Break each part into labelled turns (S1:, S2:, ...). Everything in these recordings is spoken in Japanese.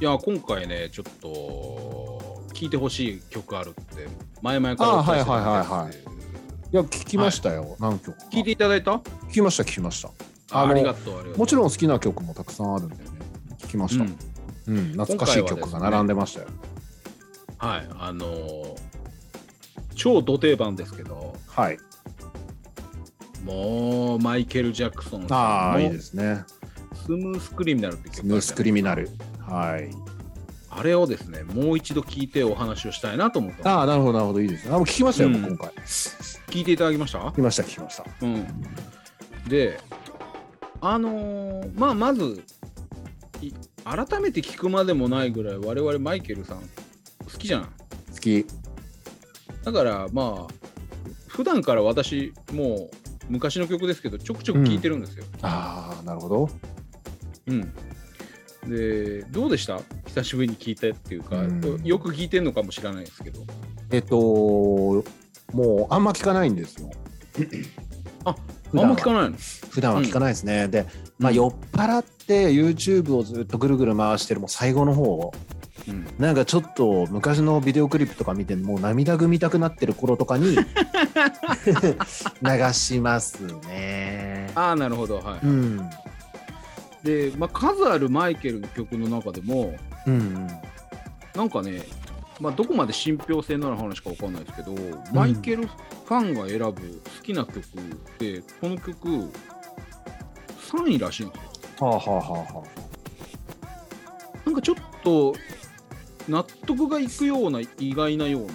S1: いや今回ねちょっと聴いてほしい曲あるって前々からお伝えしてたんです
S2: あはいはいはいいや聞きましたよ、何曲か
S1: 聞いていただいた
S2: 聞きました聞きました
S1: あ
S2: あの
S1: ありがとうありがとう
S2: もちろん好きな曲もたくさんあるんでね聞きました、
S1: う
S2: うん
S1: ん
S2: 懐かしい曲が並んでましたよ
S1: はいあのー超ド定番ですけど
S2: はい
S1: もうマイケル・ジャクソン
S2: あ
S1: さ
S2: あ
S1: ん
S2: い
S1: の
S2: いですね
S1: スムースクリミナルって曲
S2: スムースクリミナルはい
S1: あれをですねもう一度聞いてお話をしたいなと思ってます
S2: ああなるほどなるほどいいですねあもう聞きましたよ、
S1: うん
S2: 僕今回聞
S1: 聞いていただきました
S2: きました聞きました
S1: うん、であのーまあまずい改めて聞くまでもないぐらい我々マイケルさん好きじゃん
S2: 好き
S1: だからまあ普段から私もう昔の曲ですけどちょくちょく聴いてるんですよ、
S2: ああなるほど
S1: うんでどうでした久しぶりに聞いてっていうか、
S2: うん
S1: よく聞いてんのかもしれないですけど
S2: えっともうあんま聞かないんですよ
S1: ああん
S2: 普段
S1: ま
S2: は
S1: 聞かないの
S2: 普段は聞かないですね、で、まあ、
S1: うん
S2: 酔っ払って YouTube をずっとぐるぐる回してるもう最後の方
S1: うん
S2: なんかちょっと昔のビデオクリップとか見てもう涙ぐみたくなってる頃とかに流しますね。
S1: ああなるほどはい、
S2: うん、
S1: で、まあ、数あるマイケルの曲の中でも
S2: うん、
S1: なんかね、まあ、どこまで信憑性のある話かわかんないですけど、マイケルファンが選ぶ好きな曲ってこの曲3位らしいんですよ
S2: はあはあはあは
S1: なんかちょっと納得がいくような意外なような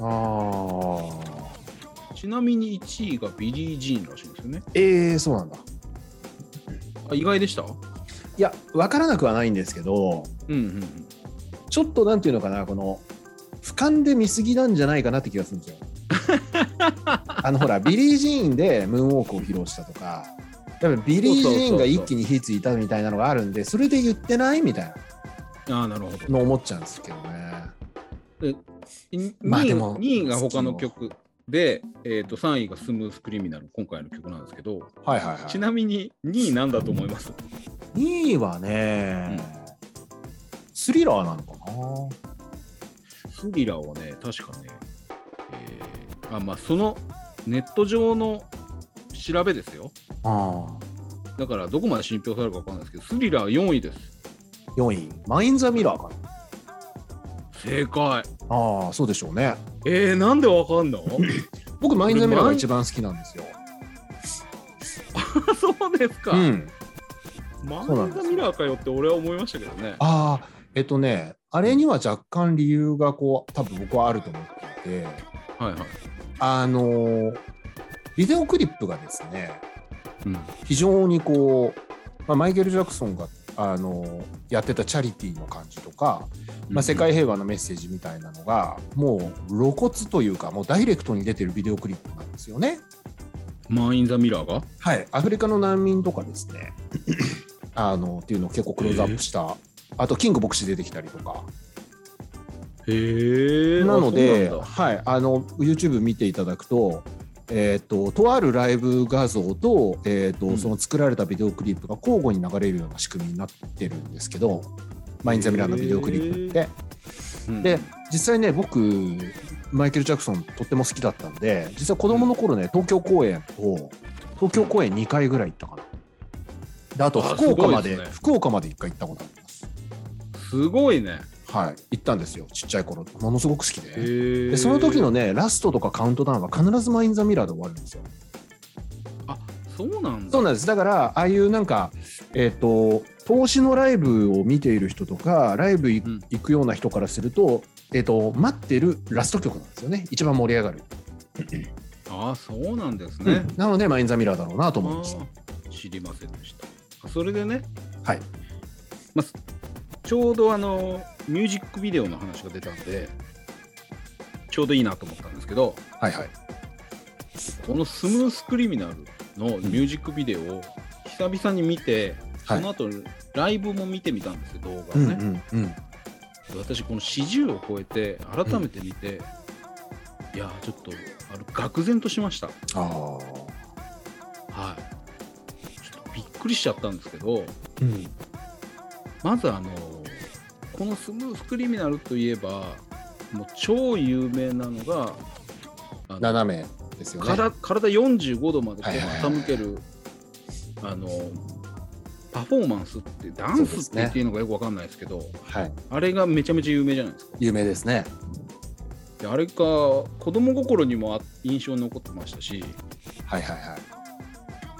S2: あ。ああ。
S1: ちなみに1位がビリー・ジーンらしいんですよね
S2: ええそうなんだ。
S1: あ意外でした
S2: いや分からなくはないんですけど
S1: うんうんうん
S2: ちょっとなんていうのかなこの俯瞰で見過ぎなんじゃないかなって気がするん ですよ。あのほらビリー・ジーンでムーンウォークを披露したとかやっぱビリー・ジーンが一気に火ついたみたいなのがあるんでそれで言ってないみたいな。
S1: ああなるほど
S2: の思っちゃうんですけどね。
S1: 2位,、
S2: まあでも
S1: 位が他の曲で、えー、と3位がスムース・クリミナル今回の曲なんですけど
S2: はいはい
S1: ちなみに2位なんだと思います
S2: 2位はね、スリラーなのか
S1: スリラーはね、確かね、えーあまあ、そのネット上の調べですよ。
S2: な。あ
S1: だから、どこまで信憑されるか分かんないですけど、スリラー4位です。
S2: あ4位、マイン・ザ・ミラーかな。
S1: 正解。
S2: ああ、そうでしょうね。
S1: えー、なんで分か んの
S2: 僕、マイン・ザ・ミラーが一番好きなんですよ。
S1: そうですか。
S2: うん。
S1: マ
S2: そうな
S1: ン
S2: んで
S1: ザ
S2: す
S1: ミラーかよって俺は思いましたけどね。
S2: ああ、えっとね、あれには若干理由がこう、多分僕はあると思っていて、
S1: はいはい。
S2: あのービデオクリップがですね、
S1: うん、
S2: 非常にこう、まあ、マイケル・ジャクソンが、あのーやってたチャリティーの感じとか、まあ、世界平和のメッセージみたいなのがもう露骨というかもうダイレクトに出てるビデオクリップなんですよね。
S1: マイン・ザ・ミラーが
S2: はい、アフリカの難民とかですねあのっていうのを結構クローズアップした、あとキング牧師出てきたりとか
S1: へー
S2: なの
S1: あ
S2: で
S1: そうなんだ
S2: はい、あの YouTube 見ていただくと。えー、ととあるライブ画像と,、えーと
S1: うん
S2: その作られたビデオクリップが交互に流れるような仕組みになってるんですけど「マイン・ザ・ミラー」のビデオクリップって。
S1: うん
S2: で実際ね僕マイケル・ジャクソンとっても好きだったんで実は子供の頃ね東京公演を東京公演2回ぐらい行ったかなであと
S1: あ
S2: 福岡
S1: ご
S2: ます
S1: いで
S2: で
S1: すね
S2: 福岡まで1回行ったことあります
S1: すごいね。
S2: はい行ったんですよちっちゃい頃ものすごく好きで
S1: へ
S2: でその時のねラストとかカウントダウンは必ずマイン・ザ・ミラーで終わるんですよ
S1: あそうなんだ。
S2: そうなんですだからああいうなんかえっ、と投資のライブを見ている人とかライブい
S1: うん
S2: 行くような人からすると,、えっと待ってるラスト曲なんですよね一番盛り上がる
S1: あそうなんですね。
S2: うんなのでマイン・ザ・ミラーだろうなと思いました。
S1: あー知りませんでしたあそれでね、
S2: はい
S1: まあ、すちょうどあのミュージックビデオの話が出たんでちょうどいいなと思ったんですけど
S2: はいはい。
S1: この「スムース・クリミナル」のミュージックビデオを久々に見てそ
S2: はい
S1: の後、ライブも見てみたんですよ動画を
S2: うんう
S1: ね、
S2: んうん。
S1: 私この40を超えて改めて見て、いやーちょっとあの愕然としました
S2: ああ。
S1: はいちょっとびっくりしちゃったんですけど
S2: うん。
S1: まずあのこのスムースクリミナルといえばもう超有名なのがあの
S2: 斜めですよね。
S1: から体45度までこう
S2: はいはいはい
S1: 傾ける、あのパフォーマンスってダンスって言っていいのかよくわかんないですけど
S2: はい、
S1: あれがめちゃめちゃ有名じゃないですか
S2: 有名ですね。
S1: であれか子供心にもあ印象に残ってましたし
S2: はいはいは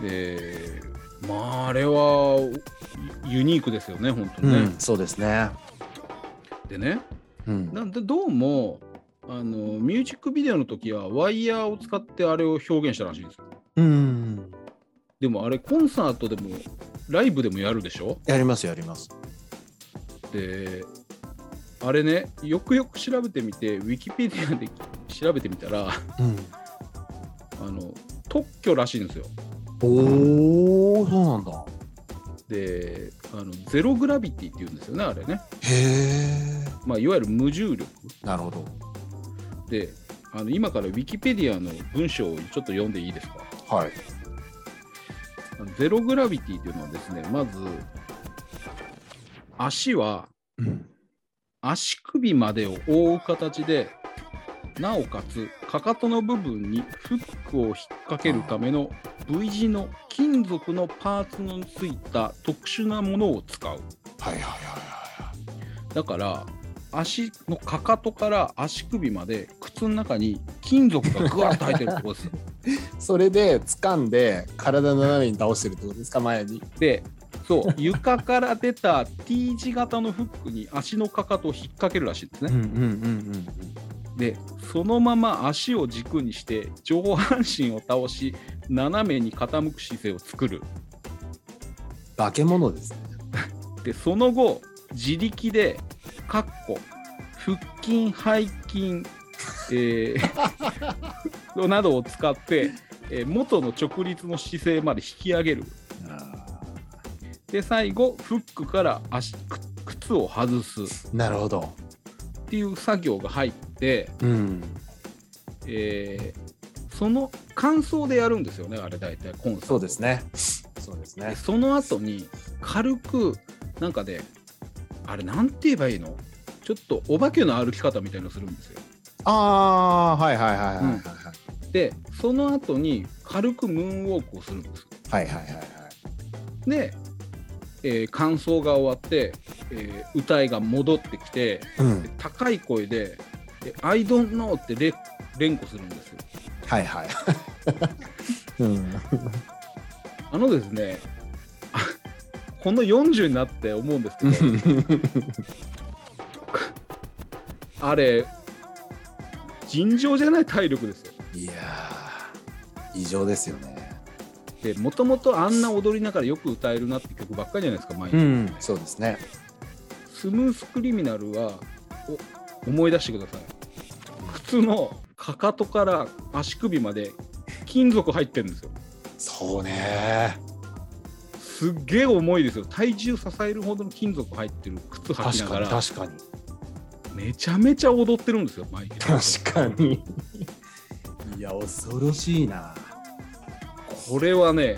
S2: い。
S1: でまああれはユユニークですよね本当にね、
S2: うん、そうですね。
S1: でね
S2: うん、
S1: なんでどうもあのミュージックビデオの時はワイヤーを使ってあれを表現したらしいんですよ
S2: うん、
S1: でもあれコンサートでもライブでもやるでしょ
S2: やりますやります。
S1: であれねよくよく調べてみてウィキペディアで調べてみたら
S2: うん、
S1: あの特許らしいんですよ
S2: おお、そうなんだ。
S1: であのゼログラビティっていうんですよねあれね、
S2: へ
S1: まあ、いわゆる無重力
S2: え。なるほど。
S1: であの今からウィキペディアの文章をちょっと読んでいいですか
S2: はい。
S1: あのゼログラビティというのはですねまず足は
S2: うん、
S1: 足首までを覆う形でなおかつかかとの部分にフックを引っ掛けるための V 字の金属のパーツのついた特殊なものを使う
S2: はいはいはいは
S1: だから足のかかとから足首まで靴の中に金属がぐわっと入ってるってことですよ
S2: い。それで掴んで体斜めに倒してるってことですか前に。
S1: でそう床から出た T 字型のフックに足のかかとを引っ掛けるらしいんですね
S2: うんうんうん
S1: でそのまま足を軸にして上半身を倒し斜めに傾く姿勢を作る
S2: うん。化け物ですね。
S1: でその後自力でかっこ腹筋背筋、え ーなどを使って、えー元の直立の姿勢まで引き上げるで最後フックから足く靴を外すっ
S2: なるほど。
S1: ていう作業が入って、
S2: うん。
S1: えーその感想でやるんですよねあれ大体コンサート
S2: そうですね。そうです
S1: で
S2: ね。
S1: その後に軽くなんかであれなんて言えばいいのちょっとお化けの歩き方みたいのするんですよ
S2: ああー、はいはいはいはいはい
S1: でその後に軽くムーンウォークをするんです
S2: はいはいはいはい。
S1: で、えー感想が終わって、えー歌いが戻ってきて
S2: うん。
S1: 高い声で「で I don't know」ってれ連呼するんですよ
S2: はいはい。うん。
S1: あのですね あこの40になって思うんですけどあれ尋常じゃない体力ですよ
S2: いやー、異常ですよね。
S1: でもともとあんな踊りながらよく歌えるなって曲ばっかりじゃないですか毎日、
S2: ん、そうですね。
S1: スムースクリミナルはお思い出してください靴のかかとから足首まで金属入ってるんですよ
S2: そうね。
S1: すっげえ重いですよ体重支えるほどの金属入ってる靴履き
S2: 確
S1: な
S2: か
S1: が
S2: に、
S1: ら
S2: 確かに。
S1: めちゃめちゃ踊ってるんですよマイケル
S2: 確かに。いや、恐ろしいな。
S1: これはね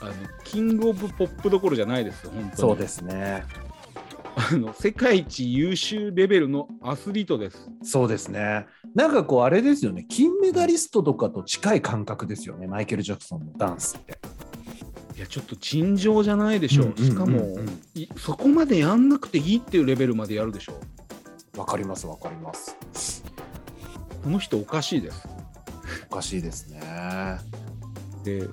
S1: あのキングオブポップどころじゃないですよ本当に
S2: そうですね。
S1: あの世界一優秀レベルのアスリートです
S2: そうですね。なんかこう、あれですよね。金メダリストとかと近い感覚ですよね。マイケル・ジャクソンのダンスって。
S1: いやちょっと尋常じゃないでしょ、
S2: うんうんうんうん
S1: しかも、いそこまでやんなくていいっていうレベルまでやるでしょ
S2: わかります、わかります。
S1: この人おかしいです
S2: おかしいですね。
S1: で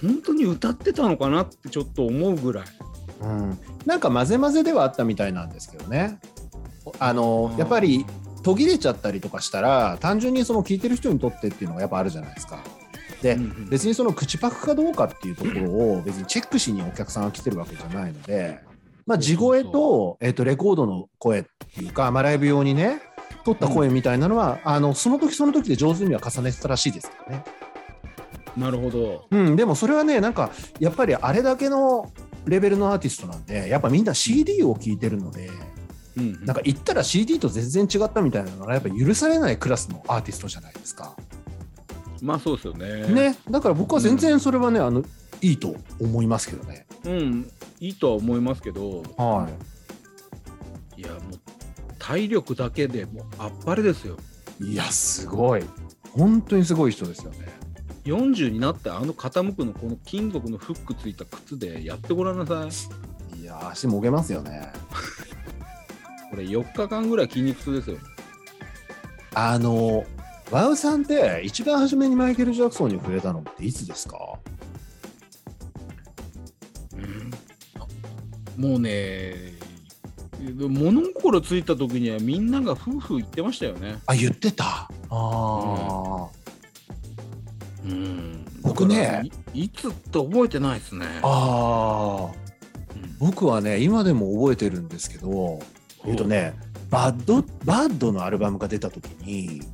S1: 本当に歌ってたのかなってちょっと思うぐらい
S2: うん。なんか混ぜ混ぜではあったみたいなんですけどね。あの、やっぱり途切れちゃったりとかしたら単純にその聞いてる人にとってっていうのがやっぱあるじゃないですか。で、
S1: うんうん
S2: 別にその口パクかどうかっていうところを別にチェックしにお客さんが来てるわけじゃないので、まあ、地声
S1: そう
S2: と,、えっとレコードの声っていうか、まあ、ライブ用にね撮った声みたいなのは、あのその時その時で上手には重ねてたらしいですけどね。
S1: なるほど
S2: うん、でもそれはねなんかやっぱりあれだけのレベルのアーティストなんでやっぱみんな CD を聴いてるので。
S1: うん
S2: なんか言ったら CD と全然違ったみたいなのがやっぱ許されないクラスのアーティストじゃないですか。
S1: まあそうですよね
S2: ね、だから僕は全然それはね、あのいいと思いますけどね。
S1: うんいいとは思いますけど
S2: はい
S1: いやもう体力だけでもうあっぱれですよ
S2: いやすごい本当にすごい人ですよね
S1: 40になってあの傾くのこの金属のフックついた靴でやってごらんなさい
S2: いや足もげますよね
S1: これ4日間ぐらい筋肉痛ですよ
S2: あのワウさんって一番初めにマイケル・ジャクソンに触れたのっていつですか
S1: もうね物心ついた時にはみんなが夫婦言ってましたよね
S2: あ言ってたああ、
S1: うん
S2: 僕ね
S1: だからいいつって覚えてないですね
S2: ああ僕はね今でも覚えてるんですけど
S1: うん
S2: 言うとねバッドバッドのアルバムが出た時に、
S1: うん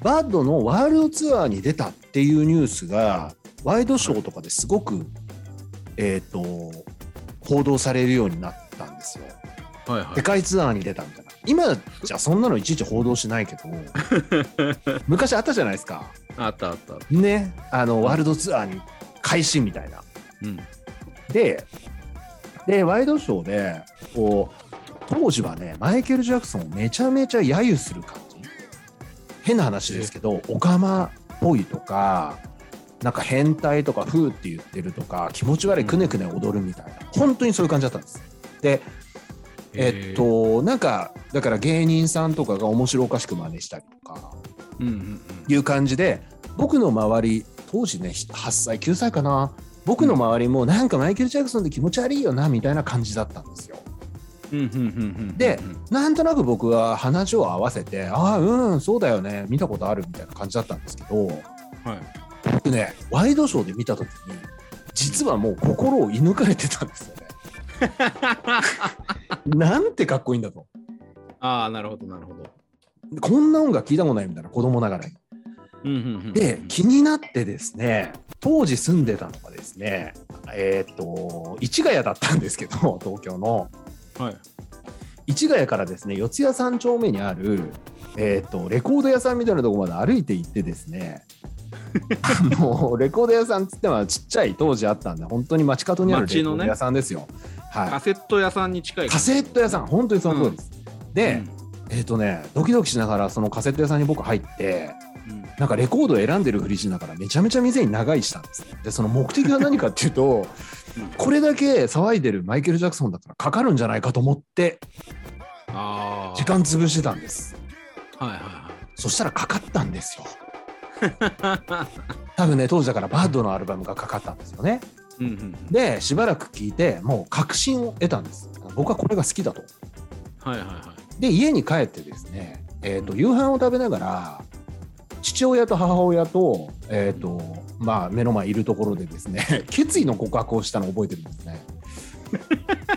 S2: バッドのワールドツアーに出たっていうニュースがワイドショーとかですごく、えっ、と報道されるようになったんですよ。
S1: はいは
S2: 世界ツアーに出たみたいな。今じゃそんなのいちいち報道しないけど 昔あったじゃないですか。
S1: いあったあった
S2: ねあのワールドツアーに開始みたいな。
S1: うん
S2: で、で、ワイドショーで、こう、当時はね、マイケル・ジャクソンをめちゃめちゃ揶揄する感じ。変な話ですけど、オカマっぽいとか、なんか変態とか、フーって言ってるとか、気持ち悪いくねくね踊るみたいな、本当にそういう感じだったんです。で、えっ
S1: へー
S2: と、なんか、だから芸人さんとかが面白おかしく真似したりとか、
S1: うんうん
S2: いう感じで僕の周り当時ね8歳9歳かな僕の周りもなんかマイケル・ジャクソンって気持ち悪いよなみたいな感じだったんですよ
S1: うんうんうんうんうんうん
S2: でなんとなく僕は話を合わせてああうんそうだよね見たことあるみたいな感じだったんですけど
S1: はい
S2: 僕ねワイドショーで見た時に実はもう心を射抜かれてたん ですよねなんてかっこいいんだと
S1: ああなるほどなるほど
S2: こんな音楽聞いたことないみたいな子供ながらに
S1: うんうんうんうん
S2: で気になってですね当時住んでたのがですねえっ、と市ヶ谷だったんですけど 東京の
S1: はい
S2: 市ヶ谷からですね四谷三丁目にある、えっとレコード屋さんみたいなところまで歩いて行ってです ねあのレコード屋さんっつってはちっちゃい当時あったんで本当に街角にあるレコード屋さんですよ、は
S1: カセット屋さんに近い
S2: い、カセット屋さん本当にその通りです、で、えっ、とねドキドキしながらそのカセット屋さんに僕入って
S1: うん
S2: なんかレコードを選んでるふりしながらめちゃめちゃ店に長居したんですね。でその目的は何かっていうと
S1: うん
S2: これだけ騒いでるマイケル・ジャクソンだったらかかるんじゃないかと思って
S1: ああ
S2: 時間潰してたんです。
S1: はいは
S2: そしたらかかったんですよ。
S1: いは
S2: 多分ね当時だからバッドのアルバムがかかったんですよね。
S1: いうんうん
S2: でしばらく聞いてもう確信を得たんです。僕はこれが好きだと。
S1: はいはいは
S2: で家に帰ってですね、えー、と夕飯を食べながら父親と母親と,、えーとまあ、目の前いるところでですね 決意の告白をしたのを覚えてるんですね。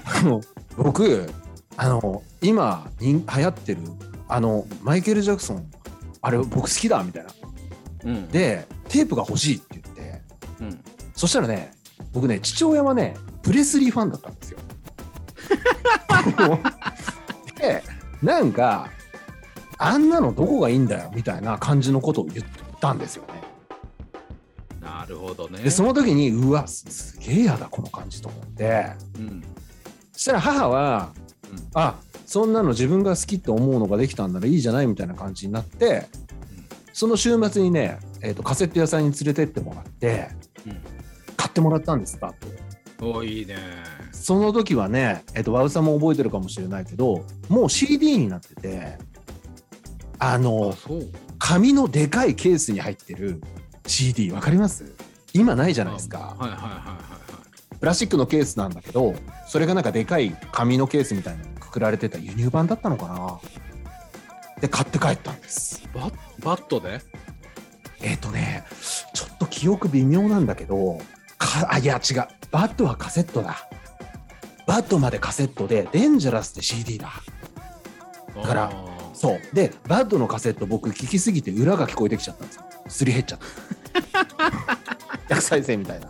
S2: あの僕あの今人流行ってるあのマイケル・ジャクソンあれ僕好きだみたいない
S1: うん
S2: でテープが欲しいって言って
S1: うん
S2: そしたらね僕ね父親はねプレスリーファンだったんですよ。 でなんかあんなのどこがいいんだよみたいな感じのことを言ったんですよね。
S1: なるほどね
S2: でその時にうわすすげえ嫌だこの感じと思って
S1: うん
S2: そしたら母は、
S1: うん
S2: あそんなの自分が好きって思うのができたんならいいじゃないみたいな感じになって
S1: うん
S2: その週末にね、えーとカセット屋さんに連れてってもらって買ってもらったんですバットを
S1: うんおいいね
S2: その時はね、えっと、ワウさんも覚えてるかもしれないけど、もう CD になってて、あの、
S1: そう
S2: 紙のでかいケースに入ってる CD、わかります今ないじゃないです
S1: はい
S2: か。
S1: はいはいはいはい
S2: プラスチックのケースなんだけど、それがなんかでかい紙のケースみたいなのにくくられてた輸入版だったのかな。で、買って帰ったんです。
S1: バッバットで
S2: えっ、とね、ちょっと記憶微妙なんだけど、かあ、いや違う。バッドはカセットだ。バッドまでカセットで、デンジャラスって CD だ。
S1: だ
S2: からそうでバッドのカセット僕聞きすぎて裏が聞こえてきちゃったんですよすり減っちゃった 逆再生みたいな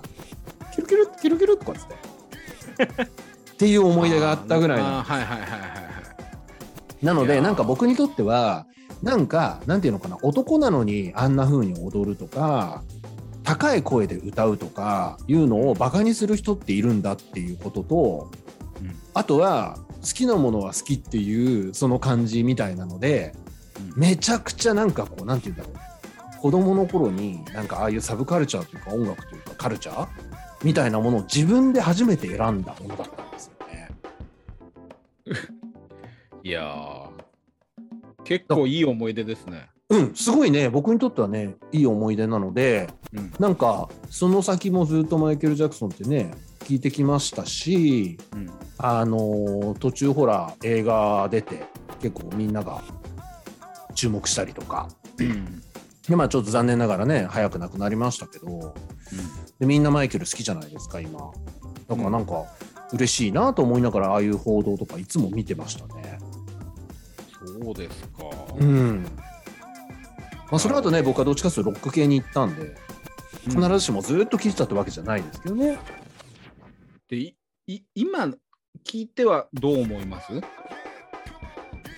S2: キュルキュルキュルキュルとかっつってっていう思い出があったぐらい
S1: あー
S2: な
S1: はいはいはいはいはい
S2: なの
S1: い
S2: で
S1: やー
S2: なんか僕にとってはなんかなんていうのかな男なのにあんな風に踊るとか高い声で歌うとかいうのをバカにする人っているんだっていうことと、
S1: うん
S2: あとは好きなものは好きっていうその感じみたいなので
S1: うん
S2: めちゃくちゃなんかこうなんて言うんだろう子供の頃になんかああいうサブカルチャーというか音楽というかカルチャーみたいなものを自分で初めて選んだものだったんですよね。
S1: いやー結構いい思い出ですね。
S2: うん、すごいね、僕にとってはね、いい思い出なので、
S1: うん
S2: なんか、その先もずっとマイケル・ジャクソンってね、聞いてきましたし、
S1: うん
S2: あのー途中、ほら、映画出て、結構みんなが注目したりとか、
S1: うん
S2: でまあ、ちょっと残念ながらね、早く亡くなりましたけど、でみんなマイケル好きじゃないですか、今。だから、なんか、嬉しいなと思いながら、ああいう報道とか、いつも見てましたね。
S1: そうですか。
S2: うんまあ、その後ね、僕はどっちかというとロック系に行ったんで、必ずしもずっと聴いてたってわけじゃないですけどね。
S1: でいい今聞いてはどう思います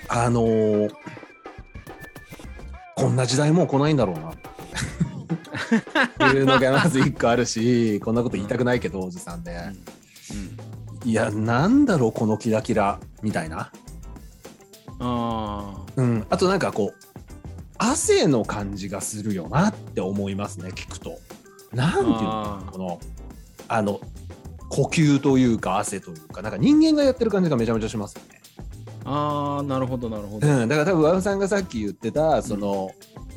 S2: あのーこんな時代もう来ないんだろうな。っていうのがまず一個あるし、こんなこと言いたくないけど、おじさんで。いや、なんだろう、このキラキラ、みたいな。
S1: あ
S2: うん。あとなんかこう、汗の感じがするよなって思いますね、聞くと。なんていうのかな
S1: あ
S2: このあの呼吸というか汗というかなんか人間がやってる感じがめちゃめちゃしますよね。
S1: あーなるほどなるほど。
S2: うん、だから多分ワウさんがさっき言ってたその、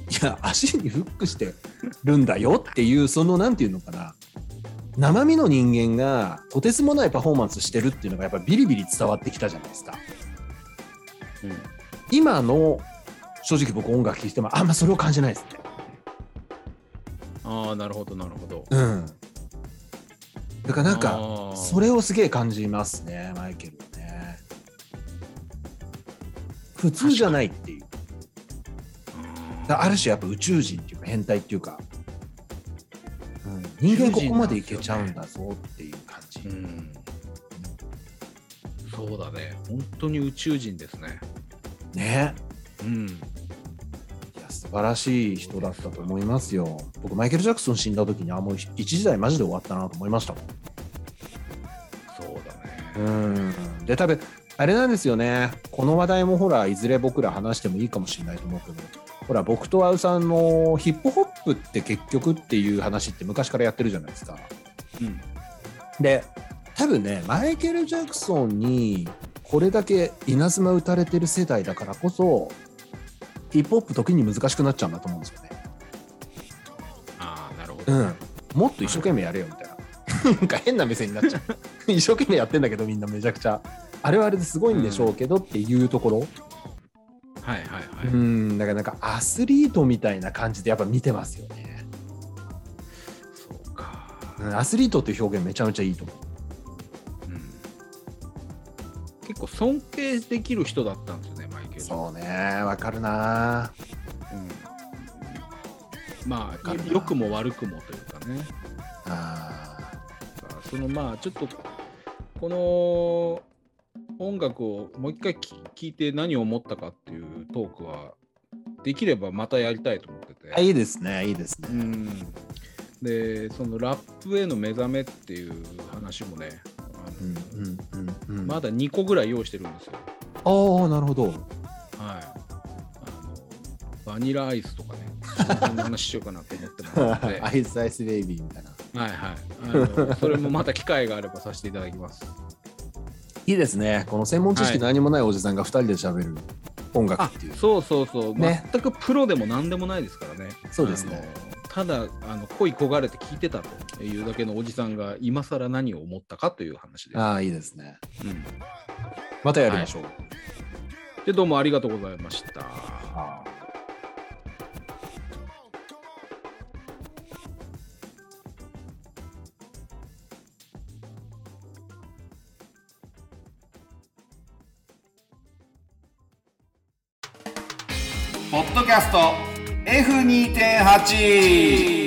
S2: いや足にフックしてるんだよっていうそのなんていうのかな生身の人間がとてつもないパフォーマンスしてるっていうのがやっぱビリビリ伝わってきたじゃないですか。
S1: うん
S2: 今の正直僕音楽聴いてもあんまそれを感じないですね。
S1: ああなるほどなるほど。
S2: うん、だからなんか
S1: か
S2: それをすげえ感じますね、マイケルはね。普通じゃないっていう。だある種やっぱ宇宙人っていうか変態っていうか、うん、人間ここまでいけちゃうんだぞっていう感じ。
S1: うんそうだね本当に宇宙人ですね。
S2: ね。
S1: うん
S2: いや、素晴らしい人だったと思いますよ。僕、マイケル・ジャクソン死んだ時に、あ、もう一時代マジで終わったなと思いましたもん。
S1: そうだね。
S2: うん。で、多分、あれなんですよね。この話題もほら、いずれ僕ら話してもいいかもしれないと思うけど、ほら、僕とアウさんのヒップホップって結局っていう話って昔からやってるじゃないですか。
S1: うん
S2: で、多分ね、マイケル・ジャクソンにこれだけ稲妻打たれてる世代だからこそ、ヒップホップ時に難しくなっちゃうんだと思うんですよね。
S1: ああなるほど。
S2: うん。もっと一生懸命やれよみたいな。 なんか変な目線になっちゃ う。一生懸命やってんだけどみんなめちゃくちゃ。あれはあれですごいんでしょうけどっていうところ。
S1: はいはいはい。
S2: うん、だからなんかアスリートみたいな感じでやっぱ見てますよね。
S1: そうか。
S2: うんアスリートっていう表現めちゃめちゃいいと思
S1: うん結構尊敬できる人だったんですよねマイケ
S2: う。
S1: ル。
S2: そうね、わかるな
S1: うんま
S2: か
S1: あ
S2: るな
S1: 良くも悪くもというかね
S2: あ
S1: そのまあちょっとこの音楽をもう一回き聞いて何を思ったかっていうトークはできればまたやりたいと思ってて、
S2: ーいいですね、いいですね
S1: う。ん、でそのラップへの目覚めっていう話もねあ
S2: う
S1: の、
S2: んうんうんうん、
S1: まだ2個ぐらい用意してるんですよ
S2: ああなるほど
S1: はいあのバニラアイスとかねそんな話しようかなと思って ますので
S2: イスアイスベイビーみたいな
S1: はいはい。あのそれもまた機会があればさせていただきます。
S2: いいですねこの専門知識
S1: は
S2: 何もないおじさんが2人で喋る音楽
S1: あ
S2: っていう、
S1: そうそうそう、
S2: ね
S1: 全くプロでも何でもないですからね。
S2: そうですね
S1: あの。ただあの恋焦がれて聞いてたというだけのおじさんが今更何を思ったかという話です。
S2: ああいいですね
S1: うん
S2: またやりましょう、
S1: でどうもありがとうございました。
S2: あー
S3: ポッドキャスト F2.8